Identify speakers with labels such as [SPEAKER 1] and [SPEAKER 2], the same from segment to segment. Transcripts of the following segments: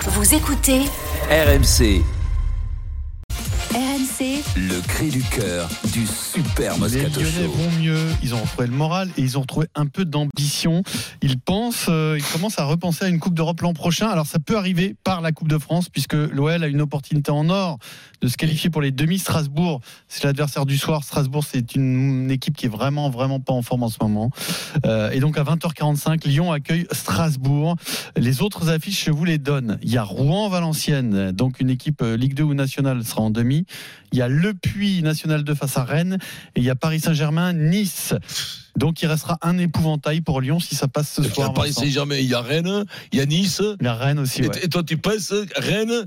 [SPEAKER 1] Vous écoutez
[SPEAKER 2] RMC,
[SPEAKER 1] RMC
[SPEAKER 2] le cri du cœur du super
[SPEAKER 3] Les
[SPEAKER 2] Moscato
[SPEAKER 3] Lyonnais
[SPEAKER 2] Show.
[SPEAKER 3] vont mieux, ils ont retrouvé le moral et ils ont retrouvé un peu d'ambition. Ils pensent, euh, ils commencent à repenser à une Coupe d'Europe l'an prochain. Alors ça peut arriver par la Coupe de France puisque l'OL a une opportunité en or de se qualifier pour les demi. Strasbourg, c'est l'adversaire du soir. Strasbourg, c'est une, une équipe qui est vraiment, vraiment pas en forme en ce moment. Euh, et donc à 20h45, Lyon accueille Strasbourg. Les autres affiches, je vous les donne. Il y a Rouen-Valenciennes, donc une équipe euh, Ligue 2 ou nationale sera en demi. Il y a Le Puy National 2 face à Rennes. Et il y a Paris Saint-Germain, Nice. Donc il restera un épouvantail pour Lyon si ça passe ce
[SPEAKER 4] Il y a
[SPEAKER 3] soir.
[SPEAKER 4] Paris
[SPEAKER 3] Vincent.
[SPEAKER 4] Saint-Germain, il y a Rennes, il y a Nice.
[SPEAKER 3] La Rennes aussi.
[SPEAKER 4] Et-
[SPEAKER 3] ouais.
[SPEAKER 4] Et, toi, tu penses Rennes,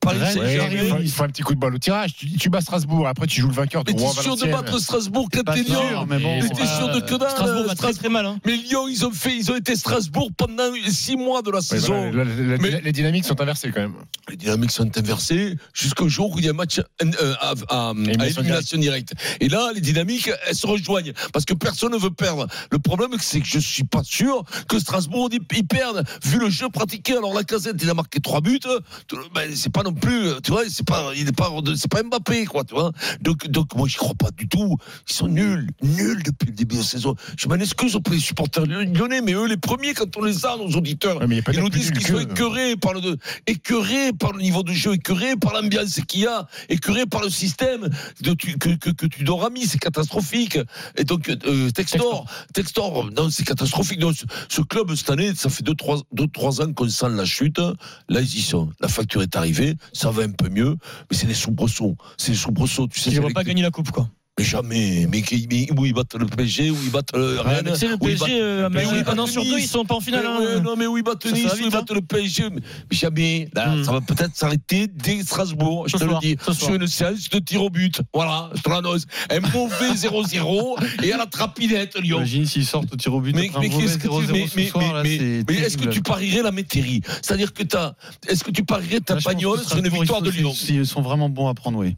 [SPEAKER 4] Paris
[SPEAKER 3] Rennes, J'arrive.
[SPEAKER 5] Ouais, il, faut,
[SPEAKER 4] Saint-Germain.
[SPEAKER 5] il faut un petit coup de balle au tirage. Tu, tu bats Strasbourg, après tu joues le vainqueur de
[SPEAKER 4] Mais
[SPEAKER 5] Rouen
[SPEAKER 4] t'es sûr de
[SPEAKER 5] Valenciennes.
[SPEAKER 4] battre Strasbourg quand
[SPEAKER 3] Pas
[SPEAKER 4] t'es
[SPEAKER 3] sûr,
[SPEAKER 4] Lyon
[SPEAKER 3] mais bon.
[SPEAKER 4] Mais t'es sûr de que dalle,
[SPEAKER 6] Strasbourg va très,
[SPEAKER 4] Strasbourg.
[SPEAKER 6] très mal. hein.
[SPEAKER 4] Mais Lyon, ils ont fait, ils ont été Strasbourg pendant six mois de la
[SPEAKER 5] Ouais,
[SPEAKER 4] saison.
[SPEAKER 5] voilà, la- la- la-
[SPEAKER 4] Mais-
[SPEAKER 5] Les dynamiques sont inversées quand même.
[SPEAKER 4] Les dynamiques sont inversées jusqu'au jour où il y a un match euh, à, à- à
[SPEAKER 5] Élimination
[SPEAKER 4] élimination directe. Et là, les dynamiques, elles se rejoignent parce que personne ne veut perdre. Le problème, c'est que je suis pas sûr que Strasbourg ils- ils perdent vu le jeu pratiqué. Alors la casette, il a marqué trois buts. Tout- Ben, c'est pas non plus, tu vois, c'est pas, il est pas, c'est pas Mbappé, quoi, tu vois. Donc, donc moi, j'y crois pas du tout. Ils sont nuls, nuls depuis le début de la saison. Je m'en excuse auprès des supporters lyonnais, mais eux, les premiers, quand on les a, nos auditeurs,
[SPEAKER 5] Ouais, mais il y a pas
[SPEAKER 4] ils nous
[SPEAKER 5] plus
[SPEAKER 4] disent
[SPEAKER 5] nul
[SPEAKER 4] qu'ils
[SPEAKER 5] que-
[SPEAKER 4] sont écœurés par, le, de- écœurés par le niveau de jeu, écœurés par l'ambiance qu'il y a, écœurés par le système de tu- que, que, que tu dors mis. C'est catastrophique. Et donc, euh, Textor, Textor, non, c'est catastrophique. Non, ce, ce club, cette année, ça fait 2-3 deux, trois, deux, trois ans qu'on sent la chute. Là, ils y sont. La facture est arrivée. Ça va un peu mieux. Mais c'est des soubresauts. C'est des soubresauts. Tu sais,
[SPEAKER 6] Je
[SPEAKER 4] c'est
[SPEAKER 6] ne vois
[SPEAKER 4] les-
[SPEAKER 6] pas gagner la coupe quoi.
[SPEAKER 4] Mais jamais. Mais, qui- mais où ils battent le PSG, où ils battent le Rennes.
[SPEAKER 6] tu sais, le
[SPEAKER 4] où ils battent-
[SPEAKER 6] PSG, euh, à
[SPEAKER 4] mais
[SPEAKER 6] Madrid,
[SPEAKER 4] oui,
[SPEAKER 6] un an
[SPEAKER 4] Nice.
[SPEAKER 6] sur deux, ils sont pas en finale.
[SPEAKER 4] mais ouais,
[SPEAKER 6] hein.
[SPEAKER 4] non, mais oui, battre
[SPEAKER 6] Ça, ça
[SPEAKER 4] Nice,
[SPEAKER 6] va
[SPEAKER 4] oui,
[SPEAKER 6] vite,
[SPEAKER 4] battre le PSG. Mais jamais. Là,
[SPEAKER 6] Hmm.
[SPEAKER 4] ça va peut-être s'arrêter dès Strasbourg, je
[SPEAKER 6] Ce
[SPEAKER 4] te
[SPEAKER 6] soir,
[SPEAKER 4] le dis.
[SPEAKER 6] ce soir.
[SPEAKER 4] Sur une séance de tir au but. Voilà, je te l'annonce. Un mauvais 0-0 et à la trapinette, Lyon.
[SPEAKER 3] Imagine s'ils sortent au tir au but
[SPEAKER 4] Mais,
[SPEAKER 3] après
[SPEAKER 4] mais
[SPEAKER 3] un mauvais
[SPEAKER 4] qu'est-ce que tu
[SPEAKER 3] 0-0
[SPEAKER 4] mais,
[SPEAKER 3] ce
[SPEAKER 4] mais,
[SPEAKER 3] soir. là,
[SPEAKER 4] mais-
[SPEAKER 3] c'est
[SPEAKER 4] mais est-ce que
[SPEAKER 3] terrible.
[SPEAKER 4] tu parierais la métairie C'est-à-dire que t'as, est-ce que tu parierais ta
[SPEAKER 3] Là, je pense que
[SPEAKER 4] bagnole sur une
[SPEAKER 3] Strasbourg,
[SPEAKER 4] victoire
[SPEAKER 3] ils
[SPEAKER 4] de
[SPEAKER 3] sont-
[SPEAKER 4] Lyon
[SPEAKER 3] Ils ils sont vraiment bons à prendre, oui.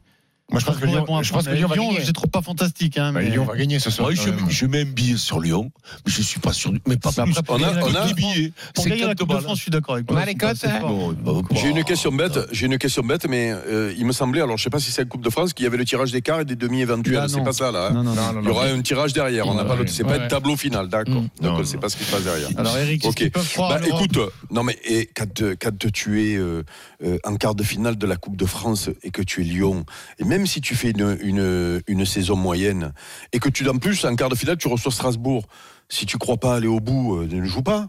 [SPEAKER 5] Moi je pense que
[SPEAKER 3] Strasbourg est
[SPEAKER 5] Lyon,
[SPEAKER 3] bon à
[SPEAKER 5] je pense
[SPEAKER 3] prendre.
[SPEAKER 5] que Lyon va
[SPEAKER 3] Lyon,
[SPEAKER 5] gagner.
[SPEAKER 3] je les trouve pas fantastiques. hein,
[SPEAKER 5] Bah,
[SPEAKER 3] mais-
[SPEAKER 5] Lyon va gagner ce soir.
[SPEAKER 4] Moi,
[SPEAKER 5] quand
[SPEAKER 4] je,
[SPEAKER 5] même.
[SPEAKER 4] je mets un billet sur Lyon, mais je suis pas sûr. du- Mais pas
[SPEAKER 3] Bah,
[SPEAKER 4] plus.
[SPEAKER 3] après,
[SPEAKER 4] on
[SPEAKER 3] pour
[SPEAKER 4] a,
[SPEAKER 3] gagner
[SPEAKER 4] on a
[SPEAKER 3] la Coupe
[SPEAKER 4] des
[SPEAKER 3] de France-
[SPEAKER 4] billets.
[SPEAKER 3] Pour
[SPEAKER 4] C'est
[SPEAKER 3] gagner la
[SPEAKER 4] 4
[SPEAKER 3] Coupe de
[SPEAKER 4] balles.
[SPEAKER 3] France, je suis d'accord avec toi.
[SPEAKER 7] On a les
[SPEAKER 3] c'est pas-
[SPEAKER 7] cotes,
[SPEAKER 3] c'est
[SPEAKER 7] hein.
[SPEAKER 3] fort.
[SPEAKER 4] Bon, bah, bah,
[SPEAKER 7] J'ai une question bête, j'ai une question bête, mais euh, il me semblait, alors je sais pas si c'est la Coupe de France, qu'il y avait le tirage des quarts et des demi éventuels.
[SPEAKER 3] Ah, non.
[SPEAKER 7] c'est pas ça là. hein.
[SPEAKER 3] Non, non, non.
[SPEAKER 5] Bah, Non, non,
[SPEAKER 7] Il y
[SPEAKER 5] non.
[SPEAKER 7] aura un tirage derrière. On n'a pas le, c'est pas
[SPEAKER 5] Ouais.
[SPEAKER 7] le tableau final, d'accord.
[SPEAKER 6] Mm.
[SPEAKER 7] Donc
[SPEAKER 5] Non,
[SPEAKER 7] on ne sait
[SPEAKER 5] non.
[SPEAKER 7] pas ce qui se passe derrière.
[SPEAKER 3] Alors, Eric, est-ce
[SPEAKER 7] Ok.
[SPEAKER 3] qu'ils peuvent croire
[SPEAKER 7] Bah,
[SPEAKER 3] à l'Europe
[SPEAKER 7] écoute, euh, non mais et quand, te- quand te- tu es euh, euh, en quart de finale de la Coupe de France et que tu es Lyon, et même si tu fais une, une, une saison moyenne et que tu en plus en quart de finale tu reçois Strasbourg, si tu crois pas aller au bout, euh, ne joue pas.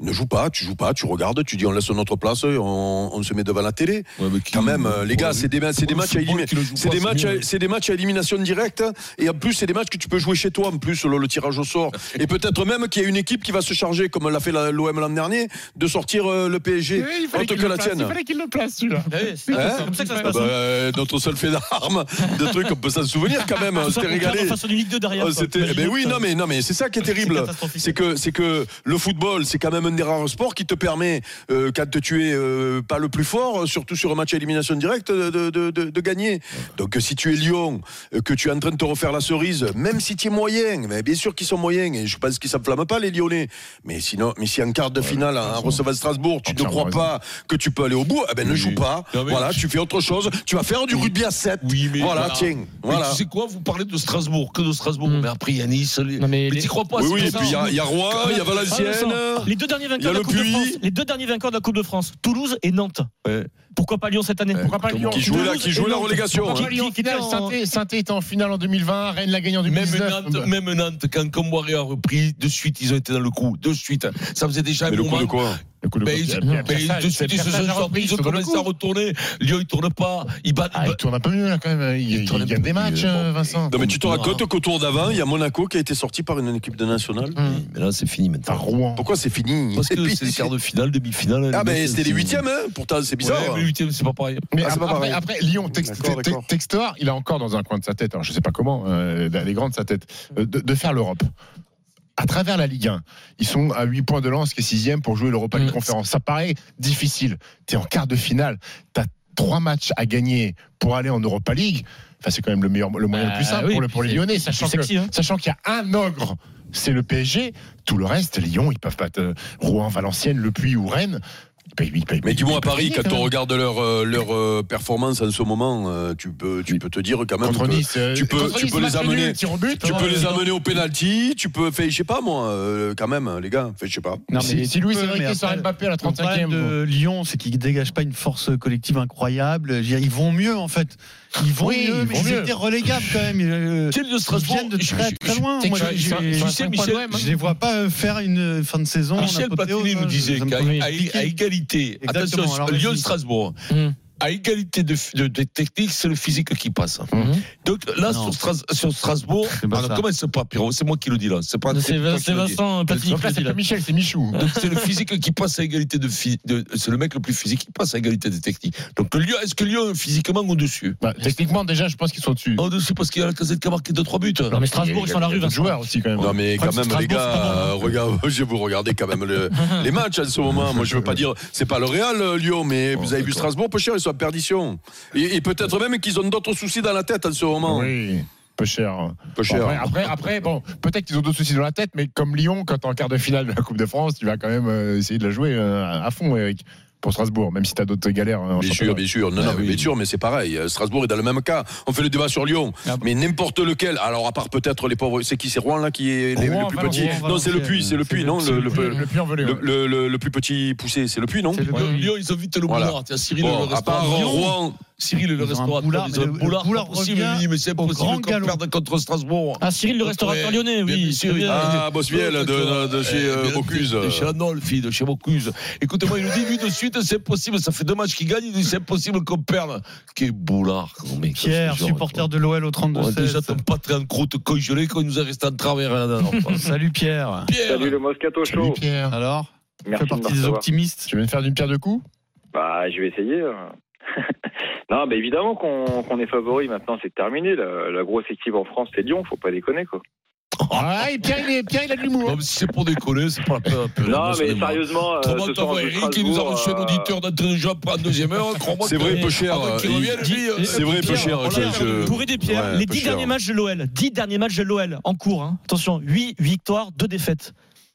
[SPEAKER 7] Ne joue pas, tu joues pas, tu regardes, tu dis on laisse notre place, on, on se met devant la télé.
[SPEAKER 4] Ouais, mais qui-
[SPEAKER 7] Quand même, euh, les gars,
[SPEAKER 4] Ouais,
[SPEAKER 7] c'est des, c'est des
[SPEAKER 4] le
[SPEAKER 7] matchs à
[SPEAKER 4] football
[SPEAKER 7] éliminer.
[SPEAKER 4] qui le joue
[SPEAKER 7] C'est
[SPEAKER 4] pas,
[SPEAKER 7] des, matchs
[SPEAKER 4] mieux.
[SPEAKER 7] à- c'est des matchs à élimination directe hein, et en plus c'est des matchs que tu peux jouer chez toi en plus le, le tirage au sort et peut-être même qu'il y a une équipe qui va se charger comme l'a fait la- l'OM l'an dernier de sortir euh, le PSG
[SPEAKER 5] Eh, il fallait
[SPEAKER 7] autre
[SPEAKER 5] qu'il
[SPEAKER 7] que
[SPEAKER 5] le
[SPEAKER 7] la
[SPEAKER 5] place,
[SPEAKER 7] tienne.
[SPEAKER 5] Il fallait qu'il le place celui-là.
[SPEAKER 6] Ah oui, C'est
[SPEAKER 7] Hein
[SPEAKER 6] c'est comme ça que ça se
[SPEAKER 7] Ah
[SPEAKER 6] passe.
[SPEAKER 7] bah, euh, notre seul fait d'armes de trucs on peut s'en souvenir quand
[SPEAKER 5] Ah,
[SPEAKER 7] même on s'était régalé.
[SPEAKER 6] Face à une Ligue 2 derrière.
[SPEAKER 7] Oh,
[SPEAKER 6] quoi.
[SPEAKER 7] c'était- eh ben oui non mais non mais c'est ça qui est terrible.
[SPEAKER 6] catastrophique.
[SPEAKER 7] C'est que, c'est que le football, c'est quand même un des rares sports qui te permet, euh, quand tu es euh, pas le plus fort, euh, surtout sur un match à élimination directe, de, de- de- de- de gagner. Donc euh, si tu es Lyon, euh, que tu es en train de te refaire la cerise, même si tu es moyen, mais bien sûr qu'ils sont moyens, et je pense qu'ils s'enflamment pas les Lyonnais. Mais sinon, mais si en quart de finale, en recevant Strasbourg, tu ne
[SPEAKER 5] Entièrement
[SPEAKER 7] crois
[SPEAKER 5] raison.
[SPEAKER 7] pas que tu peux aller au bout, eh ben ne
[SPEAKER 4] Oui.
[SPEAKER 7] joue pas.
[SPEAKER 4] Non, mais-
[SPEAKER 7] voilà, tu fais autre chose, tu vas faire du rugby à 7.
[SPEAKER 4] Oui, mais
[SPEAKER 7] voilà,
[SPEAKER 4] voilà.
[SPEAKER 7] tiens,
[SPEAKER 4] Mais
[SPEAKER 7] voilà. Hmm.
[SPEAKER 4] tu sais quoi, vous parlez de Strasbourg, que de Strasbourg.
[SPEAKER 6] Mm.
[SPEAKER 4] Mais après, il y a Nice. les-
[SPEAKER 6] Non, mais
[SPEAKER 4] mais
[SPEAKER 6] les-
[SPEAKER 4] t'y crois pas
[SPEAKER 7] oui,
[SPEAKER 4] c'est
[SPEAKER 7] oui,
[SPEAKER 4] pour
[SPEAKER 7] et
[SPEAKER 4] ça. hein.
[SPEAKER 7] puis il y a- il y, a Rouen, il y a
[SPEAKER 6] Ah,
[SPEAKER 7] Valenciennes.
[SPEAKER 6] Vincent, Les deux derniers
[SPEAKER 7] Il y a
[SPEAKER 6] vainqueurs de
[SPEAKER 7] le
[SPEAKER 6] la Coupe de
[SPEAKER 7] Puy.
[SPEAKER 6] France. Les deux derniers vainqueurs de la Coupe de France. Toulouse et Nantes.
[SPEAKER 4] Ouais.
[SPEAKER 6] Pourquoi pas Lyon cette année
[SPEAKER 5] Pourquoi pas Lyon
[SPEAKER 7] qui jouait la,
[SPEAKER 6] Toulouse
[SPEAKER 7] qui jouait
[SPEAKER 6] et
[SPEAKER 7] la
[SPEAKER 6] Nantes.
[SPEAKER 7] relégation. hein.
[SPEAKER 6] Qui-
[SPEAKER 5] Lyon,
[SPEAKER 6] qui était en-
[SPEAKER 5] Saint-Étienne était en finale en 2020, Rennes l'a gagné en
[SPEAKER 4] Même
[SPEAKER 5] 2019.
[SPEAKER 7] euh,
[SPEAKER 4] Nantes, même Nantes, quand Comboiré a repris, de suite, ils ont été dans le coup. De suite. Ça faisait déjà
[SPEAKER 7] Mais
[SPEAKER 4] un
[SPEAKER 7] le coup
[SPEAKER 4] moment.
[SPEAKER 7] de quoi
[SPEAKER 5] Le coup de
[SPEAKER 4] Mais,
[SPEAKER 5] Pierre-
[SPEAKER 4] ils-
[SPEAKER 5] Pierre-
[SPEAKER 4] mais
[SPEAKER 5] Pierre-
[SPEAKER 4] de suite, ils se
[SPEAKER 5] Pierre-
[SPEAKER 4] sont
[SPEAKER 5] Pierre-
[SPEAKER 4] sortis, ils ont
[SPEAKER 5] Pierre-
[SPEAKER 4] commencé à retourner. Lyon, il tourne pas. Il bat.
[SPEAKER 5] Ah, il tourne un peu mieux là quand même. Il,
[SPEAKER 4] Il
[SPEAKER 5] il
[SPEAKER 4] tourne un
[SPEAKER 5] gagne
[SPEAKER 4] peu
[SPEAKER 5] des
[SPEAKER 4] mieux,
[SPEAKER 5] matchs,
[SPEAKER 4] bon. Mmh.
[SPEAKER 5] euh, Vincent.
[SPEAKER 7] Non mais tu te racontes qu'au tour d'avant, il y a Monaco qui a été sorti par une équipe de nationale.
[SPEAKER 4] Hmm, Mais là, c'est fini
[SPEAKER 5] À
[SPEAKER 4] maintenant.
[SPEAKER 5] Rouen.
[SPEAKER 7] Pourquoi c'est Ah, fini
[SPEAKER 4] Parce que
[SPEAKER 7] Et puis,
[SPEAKER 4] c'est les quarts de finale, demi-finale.
[SPEAKER 7] Ah ben c'était les
[SPEAKER 4] c'est-
[SPEAKER 7] huitièmes, hein pourtant c'est bizarre.
[SPEAKER 4] Ouais, mais les huitièmes, c'est pas pareil.
[SPEAKER 5] Mais
[SPEAKER 7] Ah, c'est
[SPEAKER 5] après,
[SPEAKER 7] pas pareil.
[SPEAKER 5] après, Lyon, Tex-
[SPEAKER 7] D'accord,
[SPEAKER 5] Te-
[SPEAKER 7] d'accord.
[SPEAKER 5] Textor, il a encore dans un coin de sa tête, alors je sais pas comment, euh, elle est grande sa tête, euh, de, de faire l'Europe. À travers la Ligue 1, ils sont à 8 points de lance, qui est 6 pour jouer l'Europa League
[SPEAKER 6] Mm.
[SPEAKER 5] Conférence. Ça paraît difficile. Tu es en quart de finale, tu as 3 matchs à gagner pour aller en Europa League. Enfin, c'est quand même le, meilleur, le moyen
[SPEAKER 6] Bah
[SPEAKER 5] le plus simple
[SPEAKER 6] oui,
[SPEAKER 5] pour, le- pour les
[SPEAKER 6] c'est-
[SPEAKER 5] Lyonnais, sachant
[SPEAKER 6] c'est
[SPEAKER 5] que-
[SPEAKER 6] sexy, hein.
[SPEAKER 5] sachant qu'il y a un ogre, c'est le PSG. Tout le reste, Lyon, ils peuvent pas. te- Rouen, Valenciennes, Le Puy ou Rennes. Ils payent, ils payent,
[SPEAKER 7] Mais
[SPEAKER 5] ils
[SPEAKER 7] dis-moi
[SPEAKER 5] payent.
[SPEAKER 7] à Paris,
[SPEAKER 3] quand
[SPEAKER 7] quand on
[SPEAKER 3] même.
[SPEAKER 7] regarde leur, euh, leur euh, performance en ce moment, euh, tu, peux, tu peux te dire quand même
[SPEAKER 5] Contre
[SPEAKER 7] que
[SPEAKER 5] Nice, euh,
[SPEAKER 7] tu peux-
[SPEAKER 5] contre
[SPEAKER 7] tu
[SPEAKER 5] Nice,
[SPEAKER 7] peux les
[SPEAKER 5] match
[SPEAKER 7] amener-
[SPEAKER 5] nul, tir au but. hein.
[SPEAKER 7] tu
[SPEAKER 5] Ouais,
[SPEAKER 7] peux les
[SPEAKER 5] ouais.
[SPEAKER 7] amener au pénalty, tu peux faire, je sais pas moi, euh, quand même, les gars, fait, je sais pas.
[SPEAKER 3] Non, mais
[SPEAKER 5] si, si Louis
[SPEAKER 3] tu peux, mais
[SPEAKER 5] Enrique sort
[SPEAKER 3] après,
[SPEAKER 5] Mbappé à la euh,
[SPEAKER 3] Le problème
[SPEAKER 5] 35e. bon.
[SPEAKER 3] de Lyon, c'est qu'ils dégagent pas une force collective incroyable. Je veux dire, Ils vont mieux en fait. Ils vont
[SPEAKER 5] Oui,
[SPEAKER 3] mieux,
[SPEAKER 5] ils
[SPEAKER 3] mais
[SPEAKER 5] vont
[SPEAKER 3] ils
[SPEAKER 5] mieux.
[SPEAKER 3] étaient relégables quand même. Euh,
[SPEAKER 4] Quel de
[SPEAKER 3] Ils
[SPEAKER 4] Strasbourg
[SPEAKER 3] viennent de
[SPEAKER 4] je- je-
[SPEAKER 3] très très loin.
[SPEAKER 5] C'est
[SPEAKER 3] Moi,
[SPEAKER 5] que
[SPEAKER 3] j'ai-
[SPEAKER 5] ça-
[SPEAKER 3] j'ai-
[SPEAKER 5] ça-
[SPEAKER 4] Tu
[SPEAKER 5] ça-
[SPEAKER 4] sais,
[SPEAKER 5] ça-
[SPEAKER 4] Michel,
[SPEAKER 5] ça-
[SPEAKER 3] je les vois pas euh, faire une fin de saison. en
[SPEAKER 4] Michel
[SPEAKER 3] apothéose,
[SPEAKER 4] Platini nous
[SPEAKER 3] hein,
[SPEAKER 4] disait
[SPEAKER 3] ça me
[SPEAKER 4] qu'à
[SPEAKER 3] paraît
[SPEAKER 4] à-
[SPEAKER 3] compliqué.
[SPEAKER 4] à égalité,
[SPEAKER 3] Exactement,
[SPEAKER 4] attention,
[SPEAKER 3] alors, vas-y.
[SPEAKER 4] Lyon-Strasbourg,
[SPEAKER 6] Hmm.
[SPEAKER 4] à égalité de, de, de technique, c'est le physique qui passe.
[SPEAKER 6] Mhm.
[SPEAKER 4] Donc là,
[SPEAKER 3] Non.
[SPEAKER 4] sur, Stras- sur Strasbourg,
[SPEAKER 3] C'est pas
[SPEAKER 4] alors,
[SPEAKER 3] ça.
[SPEAKER 4] comment c'est pas Pierrot C'est moi qui le dis là. C'est pas
[SPEAKER 6] C'est
[SPEAKER 4] toi qui
[SPEAKER 6] Vincent-
[SPEAKER 4] le dis.
[SPEAKER 6] Vincent Platini
[SPEAKER 5] Donc
[SPEAKER 6] qui
[SPEAKER 5] là,
[SPEAKER 6] le dit,
[SPEAKER 5] c'est
[SPEAKER 6] là.
[SPEAKER 5] pas Michel, c'est Michou.
[SPEAKER 4] Donc c'est le physique qui passe à égalité de, phy- de- c'est le mec le plus physique qui passe à égalité de technique. Donc Lyon, est-ce que Lyon est physiquement au-dessus
[SPEAKER 5] Bah, Techniquement, déjà, je pense qu'ils sont dessus.
[SPEAKER 4] Au-dessus parce qu'il y a la casette qui a marqué 2-3 buts.
[SPEAKER 6] Non, mais Strasbourg, ils sont à la rue,
[SPEAKER 5] Il y a d'autres
[SPEAKER 6] Vincent.
[SPEAKER 5] joueurs aussi, quand même.
[SPEAKER 7] Non mais quand
[SPEAKER 6] Strasbourg,
[SPEAKER 7] même les gars,
[SPEAKER 6] Strasbourg,
[SPEAKER 7] euh, regarde, je vous regardez quand même le- les matchs en ce moment. Moi je veux pas dire, c'est pas le Real euh, Lyon, mais vous avez vu Strasbourg, peu cher, ils sont en perdition. Et, et peut-être même qu'ils ont d'autres soucis dans la tête en ce moment.
[SPEAKER 5] Oui, peu cher. Bon,
[SPEAKER 7] Peu cher.
[SPEAKER 5] après, après, après, bon, peut-être qu'ils ont d'autres soucis dans la tête, mais comme Lyon, quand t'es en quart de finale de la Coupe de France, tu vas quand même euh, essayer de la jouer euh, à fond, Eric, pour Strasbourg, même si t'as d'autres galères. euh, en
[SPEAKER 7] Bien sûr,
[SPEAKER 5] championnat.
[SPEAKER 7] bien sûr. Non,
[SPEAKER 5] Ah
[SPEAKER 7] non, mais
[SPEAKER 5] oui.
[SPEAKER 7] bien sûr, mais c'est pareil. Euh, Strasbourg est dans le même cas. On fait le débat sur Lyon. Mais n'importe lequel. Alors, à part peut-être les pauvres. C'est qui C'est Rouen, là, qui est les-
[SPEAKER 5] Rouen,
[SPEAKER 7] le plus
[SPEAKER 5] Valence,
[SPEAKER 7] petit
[SPEAKER 3] Rouen,
[SPEAKER 7] Non, c'est le
[SPEAKER 3] Valenciennes.
[SPEAKER 7] puits, c'est le puits, non
[SPEAKER 3] C'est
[SPEAKER 7] le,
[SPEAKER 3] le
[SPEAKER 7] le,
[SPEAKER 3] Puy.
[SPEAKER 5] Le, le plus envolé.
[SPEAKER 7] le-
[SPEAKER 5] ouais.
[SPEAKER 7] le- le- le plus petit poussé, c'est le puits, non
[SPEAKER 3] C'est le-
[SPEAKER 4] Lyon, Lyon, ils ont vite le
[SPEAKER 7] Voilà.
[SPEAKER 4] boulard. Tiens, Cyril
[SPEAKER 7] Bon,
[SPEAKER 4] le
[SPEAKER 7] à part
[SPEAKER 4] restaurateur.
[SPEAKER 7] Rouen,
[SPEAKER 4] Cyril
[SPEAKER 3] Ils
[SPEAKER 4] le
[SPEAKER 3] ont un
[SPEAKER 4] restaurateur.
[SPEAKER 3] boulard,
[SPEAKER 4] ils ont
[SPEAKER 3] mais
[SPEAKER 4] un
[SPEAKER 3] le- le
[SPEAKER 4] boulard,
[SPEAKER 3] boulard
[SPEAKER 4] pas possible.
[SPEAKER 3] revient
[SPEAKER 4] Il dit, mais c'est
[SPEAKER 3] au grand
[SPEAKER 4] impossible qu'on
[SPEAKER 3] galop.
[SPEAKER 4] perde contre Strasbourg.
[SPEAKER 6] Ah, Cyril, le restaurateur
[SPEAKER 4] Ouais.
[SPEAKER 6] lyonnais,
[SPEAKER 4] Bien
[SPEAKER 6] oui.
[SPEAKER 4] sûr,
[SPEAKER 6] très
[SPEAKER 4] il
[SPEAKER 6] bien.
[SPEAKER 7] Ah, Bossuel, de- de- de chez, euh,
[SPEAKER 4] Eh bien,
[SPEAKER 7] Bocuse.
[SPEAKER 4] De chez Anolfi, de chez Bocuse. Écoutez-moi, il nous dit, lui, de suite, c'est impossible. Ça fait deux matchs qu'il gagne. Il dit, c'est impossible qu'on perde. Quel boulard, gros mec.
[SPEAKER 3] Pierre, supporter de l'OL au
[SPEAKER 4] Ouais,
[SPEAKER 3] 32
[SPEAKER 4] déjà, ton patron en croûte congelée quand il nous a resté en travers à la dernière fois.
[SPEAKER 3] Salut Pierre.
[SPEAKER 4] Pierre,
[SPEAKER 1] Salut le Moscato
[SPEAKER 5] Salut,
[SPEAKER 1] Show.
[SPEAKER 5] Pierre.
[SPEAKER 3] Alors, tu
[SPEAKER 1] Merci
[SPEAKER 3] fais
[SPEAKER 1] de me
[SPEAKER 3] partie des
[SPEAKER 1] recevoir.
[SPEAKER 3] optimistes.
[SPEAKER 5] Tu viens de faire d'une pierre deux coups
[SPEAKER 1] Bah, je vais essayer. hein. non, mais évidemment qu'on qu'on est favori maintenant, c'est terminé. La, la grosse équipe en France, c'est Lyon, faut pas déconner quoi.
[SPEAKER 5] Ah, et Pierre, il, est- Pierre, il a de l'humour.
[SPEAKER 4] Comme si c'est pour déconner, c'est pas la peine. Pierre.
[SPEAKER 1] Non,
[SPEAKER 4] Moi, ça
[SPEAKER 1] mais
[SPEAKER 4] démarre.
[SPEAKER 1] sérieusement, euh,
[SPEAKER 4] Comment
[SPEAKER 1] ce soir,
[SPEAKER 4] t'envoies
[SPEAKER 1] on joue
[SPEAKER 4] Eric qui nous a reçu un
[SPEAKER 1] Strasbourg, euh,
[SPEAKER 4] auditeur d'entrée de jeu après en deuxième heure Crois-moi
[SPEAKER 7] C'est
[SPEAKER 4] que-
[SPEAKER 7] vrai, peu cher.
[SPEAKER 4] Avant qu'il
[SPEAKER 7] Il-
[SPEAKER 4] revienne, lui, euh,
[SPEAKER 7] C'est vrai, peu
[SPEAKER 6] Pierre,
[SPEAKER 7] cher.
[SPEAKER 6] on
[SPEAKER 7] je-
[SPEAKER 6] l'a-
[SPEAKER 7] je-
[SPEAKER 6] Pour aider Pierre,
[SPEAKER 7] Ouais,
[SPEAKER 6] les
[SPEAKER 7] peu
[SPEAKER 6] 10
[SPEAKER 7] cher.
[SPEAKER 6] derniers matchs de l'OL, 10 derniers matchs de l'OL en cours, hein. attention, 8 victoires, 2 défaites.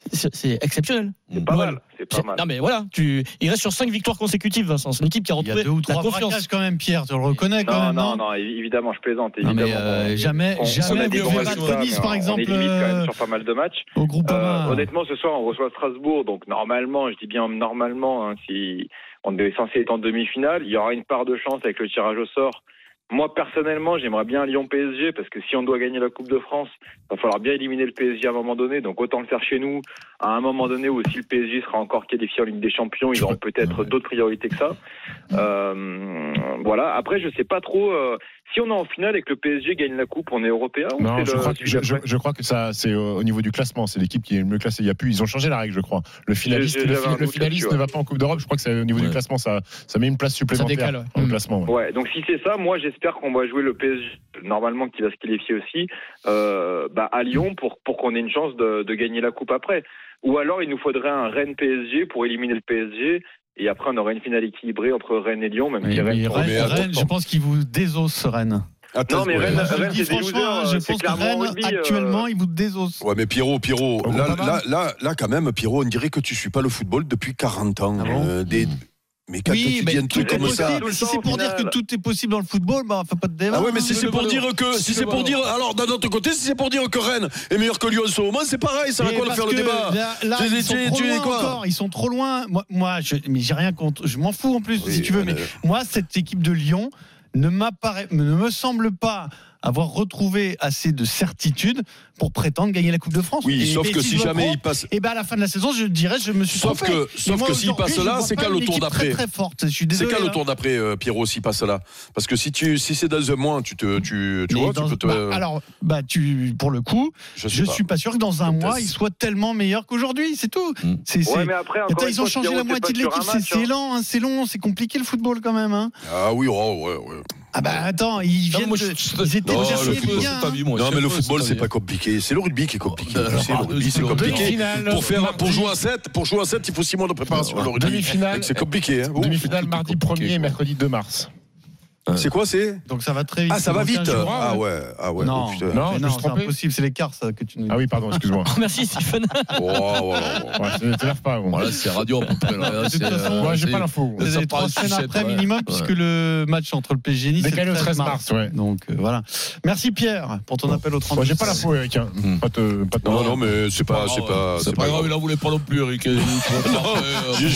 [SPEAKER 6] C'est c'est exceptionnel.
[SPEAKER 1] euh, Pas
[SPEAKER 6] Ouais.
[SPEAKER 1] mal, c'est pas
[SPEAKER 6] C'est-
[SPEAKER 1] mal.
[SPEAKER 6] Non mais voilà, tu... il reste sur 5 victoires consécutives, Vincent. C'est une équipe qui a
[SPEAKER 3] Il y a
[SPEAKER 6] retrouvé
[SPEAKER 3] deux ou
[SPEAKER 6] la
[SPEAKER 3] trois
[SPEAKER 6] confiance.
[SPEAKER 3] braquages quand même, Pierre. Tu le reconnais quand
[SPEAKER 1] Non,
[SPEAKER 3] même.
[SPEAKER 1] non, non, évi- évidemment, je plaisante.
[SPEAKER 3] Non,
[SPEAKER 1] Évidemment,
[SPEAKER 3] mais euh, jamais,
[SPEAKER 1] on, on a
[SPEAKER 3] jamais
[SPEAKER 1] des
[SPEAKER 3] vous
[SPEAKER 1] bons
[SPEAKER 3] verrez
[SPEAKER 1] résultats,
[SPEAKER 3] Denis,
[SPEAKER 1] mais on-
[SPEAKER 3] par
[SPEAKER 1] on est
[SPEAKER 3] exemple,
[SPEAKER 1] limite quand
[SPEAKER 3] euh,
[SPEAKER 1] même sur pas mal de matchs.
[SPEAKER 3] au groupe
[SPEAKER 1] Euh, honnêtement, ce soir, on reçoit Strasbourg. Donc, normalement, je dis bien normalement, hein, si on est censé être en demi-finale, il y aura une part de chance avec le tirage au sort. Moi, personnellement, j'aimerais bien Lyon-PSG parce que si on doit gagner la Coupe de France, il va falloir bien éliminer le PSG à un moment donné. Donc, autant le faire chez nous à un moment donné où si le PSG sera encore qualifié en Ligue des Champions, ils auront peut-être d'autres priorités que ça. Euh, voilà. Après, je sais pas trop euh, si on est en finale et que le PSG gagne la Coupe, on est européen ou
[SPEAKER 5] Non,
[SPEAKER 1] c'est
[SPEAKER 5] je
[SPEAKER 1] le-
[SPEAKER 5] crois, que, je, je- je crois que ça, c'est euh, au niveau du classement. C'est l'équipe qui est le mieux classée. Il y a plus, ils ont changé la règle, je crois. Le finaliste,
[SPEAKER 1] J'ai-
[SPEAKER 5] le,
[SPEAKER 1] j'avais un
[SPEAKER 5] fi- le
[SPEAKER 1] doute
[SPEAKER 5] finaliste
[SPEAKER 1] là-dessus,
[SPEAKER 5] ne va
[SPEAKER 1] ouais.
[SPEAKER 5] pas en Coupe d'Europe. Je crois que c'est au niveau
[SPEAKER 4] Ouais.
[SPEAKER 5] du classement, ça, ça met une place supplémentaire.
[SPEAKER 6] décale, ouais.
[SPEAKER 5] dans le
[SPEAKER 6] Mm.
[SPEAKER 5] classement. ouais.
[SPEAKER 1] Ouais, donc si c'est ça, moi j'espère qu'on va jouer le PSG, normalement qu'il va se qualifier aussi, euh, bah, à Lyon pour, pour qu'on ait une chance de, de gagner la Coupe après. Ou alors il nous faudrait un Rennes-PSG pour éliminer le PSG, et après on aurait une finale équilibrée entre Rennes et Lyon, même si Rennes...
[SPEAKER 3] Rennes,
[SPEAKER 1] sont-
[SPEAKER 7] mais attends,
[SPEAKER 3] Rennes, je pense qu'il vous désosse, Rennes.
[SPEAKER 7] Attends,
[SPEAKER 1] Non mais
[SPEAKER 7] ouais.
[SPEAKER 1] Rennes,
[SPEAKER 3] Je
[SPEAKER 1] Rennes
[SPEAKER 3] dis
[SPEAKER 1] c'est des
[SPEAKER 3] franchement,
[SPEAKER 1] losers,
[SPEAKER 3] je
[SPEAKER 1] euh, c'est
[SPEAKER 3] pense que
[SPEAKER 1] clairement
[SPEAKER 3] Rennes,
[SPEAKER 1] au rugby, euh,
[SPEAKER 3] actuellement, il vous désosse.
[SPEAKER 7] Ouais, mais Pierrot, Pierrot,
[SPEAKER 5] On
[SPEAKER 7] là,
[SPEAKER 5] comprend
[SPEAKER 7] là, là, là, quand même, Pierrot, on dirait que tu suis pas le football depuis 40 ans.
[SPEAKER 3] Ah bon
[SPEAKER 7] Euh, des- Mais quand tu dis un truc
[SPEAKER 1] tout est
[SPEAKER 7] comme ça.
[SPEAKER 1] possible.
[SPEAKER 3] Si c'est pour dire que tout est possible dans le football, bah, faut pas de débat.
[SPEAKER 7] Ah ouais, mais si
[SPEAKER 3] hein.
[SPEAKER 7] c'est pour dire que. Si c'est pour dire. Alors, d'un autre côté, si c'est pour dire que Rennes est meilleur que Lyon en ce moment, c'est pareil, ça va
[SPEAKER 3] Mais
[SPEAKER 7] quoi de
[SPEAKER 3] parce
[SPEAKER 7] faire le
[SPEAKER 3] que
[SPEAKER 7] débat
[SPEAKER 3] Là, là,
[SPEAKER 7] Tu-
[SPEAKER 3] ils
[SPEAKER 7] tu-
[SPEAKER 3] sont
[SPEAKER 7] tu-
[SPEAKER 3] trop
[SPEAKER 7] tu es
[SPEAKER 3] loin
[SPEAKER 7] quoi
[SPEAKER 3] encore. Ils sont trop loin. Moi, moi je, mais j'ai rien contre. Je m'en fous en plus, si tu veux. Mais moi, cette équipe de Lyon ne m'apparaît, ne me semble pas avoir retrouvé assez de certitude pour prétendre gagner la Coupe de France.
[SPEAKER 7] Oui, sauf que si jamais il
[SPEAKER 3] il
[SPEAKER 7] passe.
[SPEAKER 3] et ben à la fin de la saison, je dirais, je me suis
[SPEAKER 7] Sauf
[SPEAKER 3] trompé.
[SPEAKER 7] que-
[SPEAKER 3] Et
[SPEAKER 7] sauf
[SPEAKER 3] moi,
[SPEAKER 7] que s'il
[SPEAKER 3] aujourd'hui,
[SPEAKER 7] passe là,
[SPEAKER 3] je vois
[SPEAKER 7] c'est
[SPEAKER 3] pas
[SPEAKER 7] qu'à le
[SPEAKER 3] une
[SPEAKER 7] tour
[SPEAKER 3] équipe
[SPEAKER 7] d'après.
[SPEAKER 3] Très très forte. Je suis
[SPEAKER 7] C'est
[SPEAKER 3] désolé.
[SPEAKER 7] qu'à le
[SPEAKER 3] hein.
[SPEAKER 7] tour d'après, euh, Pierrot, s'il passe là Parce que si, tu, si c'est dans un mois, tu, te, tu, tu
[SPEAKER 3] Mais
[SPEAKER 7] vois,
[SPEAKER 3] dans-
[SPEAKER 7] tu peux te.
[SPEAKER 3] bah, alors, bah, tu, pour le coup,
[SPEAKER 7] je
[SPEAKER 3] je
[SPEAKER 7] pas.
[SPEAKER 3] suis pas sûr que dans un
[SPEAKER 7] Peut-être. Hmm.
[SPEAKER 3] mois, il soit tellement meilleur qu'aujourd'hui. C'est tout.
[SPEAKER 4] Mm.
[SPEAKER 3] C'est, c'est-
[SPEAKER 1] Ouais, mais après, encore
[SPEAKER 3] Attends,
[SPEAKER 1] une
[SPEAKER 3] ils
[SPEAKER 1] fois,
[SPEAKER 3] ont changé
[SPEAKER 1] Pierrot,
[SPEAKER 3] la
[SPEAKER 1] c'est
[SPEAKER 3] moitié de
[SPEAKER 1] pas sur
[SPEAKER 3] l'équipe,
[SPEAKER 1] un
[SPEAKER 3] c'est
[SPEAKER 1] match,
[SPEAKER 3] c'est
[SPEAKER 1] hein.
[SPEAKER 3] lent, hein, c'est long, c'est compliqué le football quand même. hein.
[SPEAKER 7] Ah oui, oh, ouais, ouais.
[SPEAKER 3] Ah bah attends, ils
[SPEAKER 4] Non,
[SPEAKER 3] viennent
[SPEAKER 4] moi,
[SPEAKER 3] de-
[SPEAKER 4] je-
[SPEAKER 3] ils étaient
[SPEAKER 7] Non,
[SPEAKER 3] déjà
[SPEAKER 7] le
[SPEAKER 3] derniers de
[SPEAKER 7] football,
[SPEAKER 3] Ligue
[SPEAKER 7] c'est
[SPEAKER 3] 1,
[SPEAKER 4] pas
[SPEAKER 3] hein.
[SPEAKER 4] vu, moi.
[SPEAKER 7] Non,
[SPEAKER 4] Je
[SPEAKER 7] mais
[SPEAKER 4] sais
[SPEAKER 7] le
[SPEAKER 4] pas,
[SPEAKER 7] football, c'est
[SPEAKER 4] bien.
[SPEAKER 7] pas compliqué. C'est le rugby qui est compliqué.
[SPEAKER 4] Euh,
[SPEAKER 7] Tu sais, le
[SPEAKER 4] alors,
[SPEAKER 7] rugby, c'est
[SPEAKER 4] le
[SPEAKER 7] compliqué.
[SPEAKER 5] Demi-finale.
[SPEAKER 7] Pour, faire, pour, jouer à 7, pour jouer à 7, il faut 6 mois de préparation. le rugby.
[SPEAKER 5] Demi-finale.
[SPEAKER 7] Donc, C'est compliqué. Hein. Ouh.
[SPEAKER 5] Demi-finale mardi
[SPEAKER 4] compliqué,
[SPEAKER 5] 1er et
[SPEAKER 4] quoi.
[SPEAKER 5] mercredi 2 mars.
[SPEAKER 7] C'est quoi, c'est
[SPEAKER 3] Donc ça va très vite.
[SPEAKER 7] Ah, ça va
[SPEAKER 3] Dans
[SPEAKER 7] vite.
[SPEAKER 3] 15 jours. euh,
[SPEAKER 7] Ah ouais, ah ouais.
[SPEAKER 3] non,
[SPEAKER 7] oh, putain.
[SPEAKER 5] Non,
[SPEAKER 3] mais
[SPEAKER 5] je me
[SPEAKER 3] non,
[SPEAKER 5] suis
[SPEAKER 3] c'est
[SPEAKER 5] trompé.
[SPEAKER 3] impossible, c'est l'écart ça que tu nous.
[SPEAKER 5] Ah oui, pardon, excuse-moi.
[SPEAKER 6] Merci Stephen.
[SPEAKER 7] Oh, oh, oh, oh.
[SPEAKER 5] Ouais, ne t'énerve pas. Bon.
[SPEAKER 4] Voilà, c'est radio à peu près. là.
[SPEAKER 5] De
[SPEAKER 4] C'est,
[SPEAKER 5] toute façon,
[SPEAKER 4] euh,
[SPEAKER 5] moi, j'ai
[SPEAKER 4] c'est-
[SPEAKER 5] pas l'info.
[SPEAKER 4] Ça
[SPEAKER 3] Vous avez
[SPEAKER 4] part
[SPEAKER 3] trois
[SPEAKER 4] une
[SPEAKER 3] semaines
[SPEAKER 4] sucette,
[SPEAKER 3] après
[SPEAKER 4] ouais.
[SPEAKER 3] minimum, puisque le match entre le PSG et Nice c'est
[SPEAKER 5] Décalé au 13 mars, ouais.
[SPEAKER 3] Donc euh, voilà. Merci Pierre pour ton appel au 30.
[SPEAKER 5] Moi, j'ai pas l'info, Eric. hein.
[SPEAKER 4] Hmm.
[SPEAKER 5] Pas de, pas de-
[SPEAKER 7] Non, non, mais c'est pas, c'est pas,
[SPEAKER 4] C'est
[SPEAKER 8] Ah
[SPEAKER 4] pas grave, il en voulait pas non plus, Eric. Il-
[SPEAKER 7] J'ai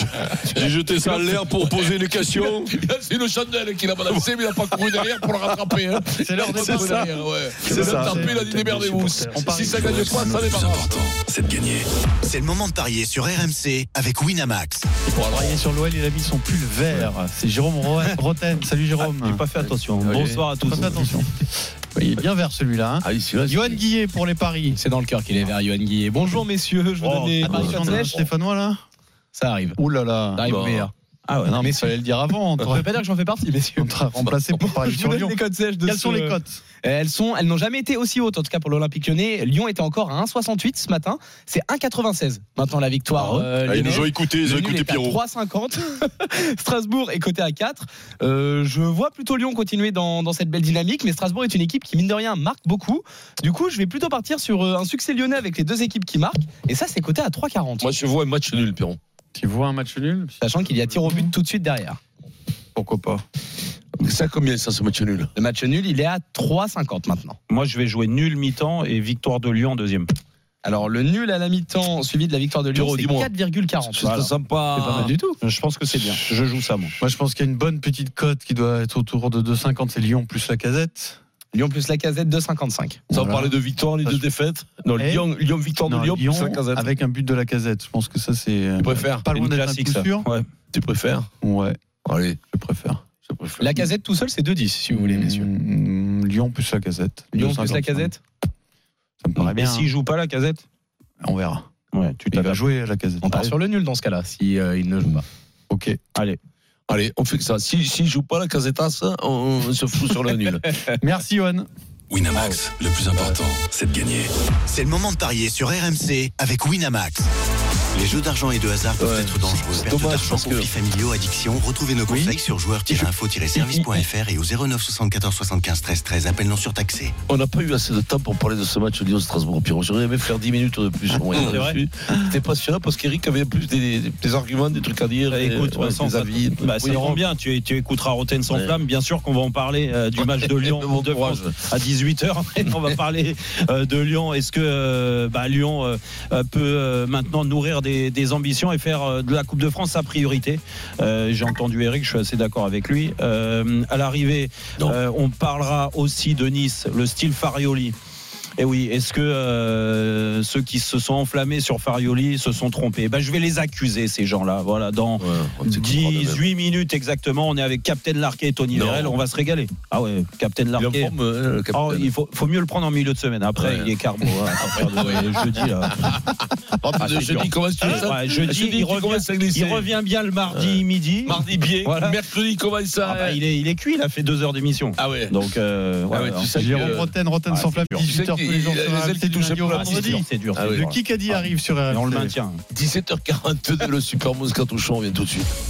[SPEAKER 7] j'ai jeté ça en l'air pour poser une question.
[SPEAKER 4] Il a- C'est une chandelle qu'il a balancé, mais il a pas couru derrière pour le rattraper. hein.
[SPEAKER 3] C'est l'heure de
[SPEAKER 4] Il a couru derrière, ouais.
[SPEAKER 7] C'est
[SPEAKER 4] Il
[SPEAKER 7] ça.
[SPEAKER 4] a tapé, il a dit démerdez-vous.
[SPEAKER 3] On parie.
[SPEAKER 4] Si ça gagne pas, ça n'est pas grave.
[SPEAKER 9] c'est de gagner. C'est le moment de parier sur RMC avec Winamax.
[SPEAKER 3] Pour travailler sur l'OL, il a mis son pull vert. C'est Jérôme Ro- Roten. Salut Jérôme.
[SPEAKER 6] J'ai pas fait attention.
[SPEAKER 3] Ouais.
[SPEAKER 6] Bonsoir à tous.
[SPEAKER 3] Faites attention. Ouais, Il est bien vert celui-là. hein.
[SPEAKER 4] Ah, ici, là,
[SPEAKER 3] Johan Guillet pour les paris.
[SPEAKER 8] C'est dans le cœur qu'il est vers Johan Guillet. Bonjour messieurs, je vous
[SPEAKER 6] Oh,
[SPEAKER 8] donne les paris
[SPEAKER 3] Attention, on a un
[SPEAKER 8] Stéphanois.
[SPEAKER 3] Stéphanois là.
[SPEAKER 8] Ça arrive.
[SPEAKER 3] Ouh là là.
[SPEAKER 8] Ça arrive au
[SPEAKER 4] Bah.
[SPEAKER 8] meilleur.
[SPEAKER 6] Ah ouais,
[SPEAKER 3] Ah Non, mais
[SPEAKER 8] mais
[SPEAKER 3] il fallait le dire avant. On
[SPEAKER 8] Je ne
[SPEAKER 3] t'aurait
[SPEAKER 8] veux pas dire que j'en fais partie messieurs.
[SPEAKER 3] on t'aurait remplacé pour Paris
[SPEAKER 8] Je vous
[SPEAKER 3] sur
[SPEAKER 8] donne
[SPEAKER 3] Lyon.
[SPEAKER 8] les codes sèches de
[SPEAKER 3] Quelles
[SPEAKER 8] ce-
[SPEAKER 3] sont les cotes
[SPEAKER 8] Euh, Elles sont, elles n'ont jamais été aussi hautes, en tout cas pour l'Olympique lyonnais. Lyon était encore à 1,68 ce matin. C'est 1,96 maintenant la victoire. euh,
[SPEAKER 7] Ah, ils
[SPEAKER 8] lyonnaise.
[SPEAKER 7] nous ont écoutés, ils
[SPEAKER 8] Le
[SPEAKER 7] ont
[SPEAKER 8] nul
[SPEAKER 7] écouté
[SPEAKER 8] est à
[SPEAKER 7] Pierrot.
[SPEAKER 8] 3,50. Strasbourg est coté à 4. Euh, je vois plutôt Lyon continuer dans, dans cette belle dynamique, mais Strasbourg est une équipe qui, mine de rien, marque beaucoup. Du coup, je vais plutôt partir sur euh, un succès lyonnais avec les deux équipes qui marquent. Et ça, c'est coté à 3,40.
[SPEAKER 4] Moi, je vois un match nul, Pierron.
[SPEAKER 3] Tu vois un match nul
[SPEAKER 8] Sachant qu'il y a tir au but tout de suite derrière.
[SPEAKER 3] Pourquoi pas
[SPEAKER 4] Ça, combien, ça, ce match nul
[SPEAKER 8] Le match nul, il est à 3,50 maintenant.
[SPEAKER 6] Moi, je vais jouer nul mi-temps et victoire de Lyon en deuxième.
[SPEAKER 8] Alors, le nul à la mi-temps, suivi de la victoire de Lyon,
[SPEAKER 4] Pierrot,
[SPEAKER 8] c'est
[SPEAKER 4] dis-moi.
[SPEAKER 8] 4,40.
[SPEAKER 4] C'est
[SPEAKER 8] Voilà.
[SPEAKER 4] sympa.
[SPEAKER 8] C'est pas mal du tout.
[SPEAKER 6] Je pense que c'est bien. Je joue ça, moi.
[SPEAKER 3] Moi, je pense qu'il y a une bonne petite cote qui doit être autour de 2,50. C'est Lyon plus la casette.
[SPEAKER 8] Lyon plus la casette, 2,55.
[SPEAKER 4] Sans
[SPEAKER 3] Voilà.
[SPEAKER 4] parler de victoire ni de
[SPEAKER 3] Parce-
[SPEAKER 4] défaite. Non,
[SPEAKER 3] Eh
[SPEAKER 4] Lyon, Lyon, victoire de
[SPEAKER 3] Non,
[SPEAKER 4] Lyon,
[SPEAKER 3] Lyon
[SPEAKER 4] plus la casette.
[SPEAKER 3] avec un but de la casette. Je pense que ça, c'est euh,
[SPEAKER 4] Tu préfères
[SPEAKER 3] pas loin d'être un
[SPEAKER 6] classique,
[SPEAKER 3] coup
[SPEAKER 6] ça.
[SPEAKER 3] sûr.
[SPEAKER 6] Ouais.
[SPEAKER 4] Tu préfères
[SPEAKER 3] Ouais,
[SPEAKER 4] Allez,
[SPEAKER 3] je préfère.
[SPEAKER 4] je préfère.
[SPEAKER 8] La casette tout seul, c'est 2,10 si vous voulez, messieurs.
[SPEAKER 3] Mm, Lyon plus la casette.
[SPEAKER 8] Lyon
[SPEAKER 3] 2,50.
[SPEAKER 8] plus la casette
[SPEAKER 3] Ça me paraît
[SPEAKER 6] Et
[SPEAKER 3] bien.
[SPEAKER 6] s'il joue pas la casette
[SPEAKER 3] On verra.
[SPEAKER 6] Ouais, tu
[SPEAKER 3] Il va
[SPEAKER 6] t'adaptes.
[SPEAKER 3] jouer à la casette.
[SPEAKER 6] Ah
[SPEAKER 8] On part sur le nul dans ce cas-là, si euh, il ne joue pas.
[SPEAKER 3] Ok.
[SPEAKER 6] Allez.
[SPEAKER 4] Allez, on fait que ça. Si, si joue pas la Casetas, on, on se fout sur le nul.
[SPEAKER 3] Merci, Johan.
[SPEAKER 9] Winamax, le plus important, c'est de gagner. C'est le moment de parier sur RMC avec Winamax. Les jeux d'argent et de hasard peuvent
[SPEAKER 4] Ouais,
[SPEAKER 9] être dangereux.
[SPEAKER 4] c'est
[SPEAKER 9] Perte
[SPEAKER 4] dommage
[SPEAKER 9] d'argent,
[SPEAKER 4] parce que-
[SPEAKER 9] conflits familiaux, addiction. Retrouvez nos conseils sur joueurs-info-service.fr et au 09 74 75 13 13. Appel non surtaxé.
[SPEAKER 4] On n'a pas eu assez de temps pour parler de ce match Lyon-Strasbourg. Pierrot, j'aurais aimé faire 10 minutes de plus. au moyen
[SPEAKER 6] C'est vrai.
[SPEAKER 4] là-dessus. C'était passionnant parce qu'Eric avait plus des, des- des arguments, des trucs à dire. et-
[SPEAKER 6] Écoute,
[SPEAKER 4] ouais,
[SPEAKER 6] Vincent,
[SPEAKER 4] des
[SPEAKER 6] ça,
[SPEAKER 4] avis.
[SPEAKER 6] bah, ça
[SPEAKER 4] Oui,
[SPEAKER 6] tombe bien. Tu, tu écouteras Rotten sans
[SPEAKER 4] Ouais.
[SPEAKER 6] flamme. Bien sûr qu'on va en parler euh, du match de Lyon
[SPEAKER 4] Bon
[SPEAKER 6] de
[SPEAKER 4] courage.
[SPEAKER 6] France à 18h. On va parler euh, de Lyon. Est-ce que euh, bah, Lyon euh, euh, peut euh, maintenant nourrir des, des ambitions et faire euh, de la Coupe de France sa priorité Euh, J'ai entendu Eric, je suis assez d'accord avec lui. Euh, à l'arrivée,
[SPEAKER 4] Non.
[SPEAKER 6] euh, on parlera aussi de Nice, le style Farioli. Et oui, est-ce que euh, ceux qui se sont enflammés sur Farioli se sont trompés ben, Je vais les accuser, ces gens-là. Voilà, dans
[SPEAKER 4] Ouais, on s'écoutera demain.
[SPEAKER 6] 18 minutes exactement, on est avec Captain Larquet et Tony
[SPEAKER 4] Non.
[SPEAKER 6] Vérel. On va se régaler. Ah ouais, Captain
[SPEAKER 4] Il est en
[SPEAKER 6] Larquet.
[SPEAKER 4] forme, euh, le capitaine.
[SPEAKER 6] Oh, il faut, faut mieux le prendre en milieu de semaine. Après,
[SPEAKER 4] Ouais.
[SPEAKER 6] il est carbo. hein, à partir de- ouais, jeudi, là.
[SPEAKER 4] Ah,
[SPEAKER 7] bah,
[SPEAKER 4] putain,
[SPEAKER 6] c'est
[SPEAKER 4] jeudi,
[SPEAKER 6] dur.
[SPEAKER 4] comment est-ce que tu fais ça
[SPEAKER 6] Ouais, jeudi,
[SPEAKER 4] Jeudi,
[SPEAKER 6] il,
[SPEAKER 4] tu
[SPEAKER 6] revient,
[SPEAKER 4] commences à glisser.
[SPEAKER 6] il revient bien le mardi midi.
[SPEAKER 4] Euh, Mardi biais,
[SPEAKER 6] Voilà.
[SPEAKER 4] mercredi comment ça
[SPEAKER 6] Ah bah, il, est, il est cuit, il a fait deux heures d'émission.
[SPEAKER 4] Ah ouais.
[SPEAKER 6] Donc, euh,
[SPEAKER 4] Ah ouais,
[SPEAKER 6] voilà.
[SPEAKER 4] tu sais que-
[SPEAKER 3] Jérôme Roten, Roten
[SPEAKER 6] Ah,
[SPEAKER 3] sans
[SPEAKER 6] c'est
[SPEAKER 3] flamme,
[SPEAKER 6] dur.
[SPEAKER 4] Tu sais
[SPEAKER 3] 18h tous les
[SPEAKER 4] qu'il-
[SPEAKER 3] jours.
[SPEAKER 4] les
[SPEAKER 3] sur
[SPEAKER 4] ailes
[SPEAKER 3] RMC,
[SPEAKER 4] qui
[SPEAKER 3] du
[SPEAKER 4] touchent
[SPEAKER 3] lundi
[SPEAKER 4] un
[SPEAKER 3] au
[SPEAKER 4] peu la
[SPEAKER 6] Ah, c'est
[SPEAKER 3] vendredi.
[SPEAKER 6] dur, c'est dur.
[SPEAKER 4] Ah
[SPEAKER 6] c'est
[SPEAKER 4] oui.
[SPEAKER 6] dur.
[SPEAKER 3] Le Kikadi arrive sur
[SPEAKER 6] Et
[SPEAKER 3] RMC.
[SPEAKER 6] on le maintient.
[SPEAKER 4] 17h42 le Super Moscato Show, on vient tout de suite.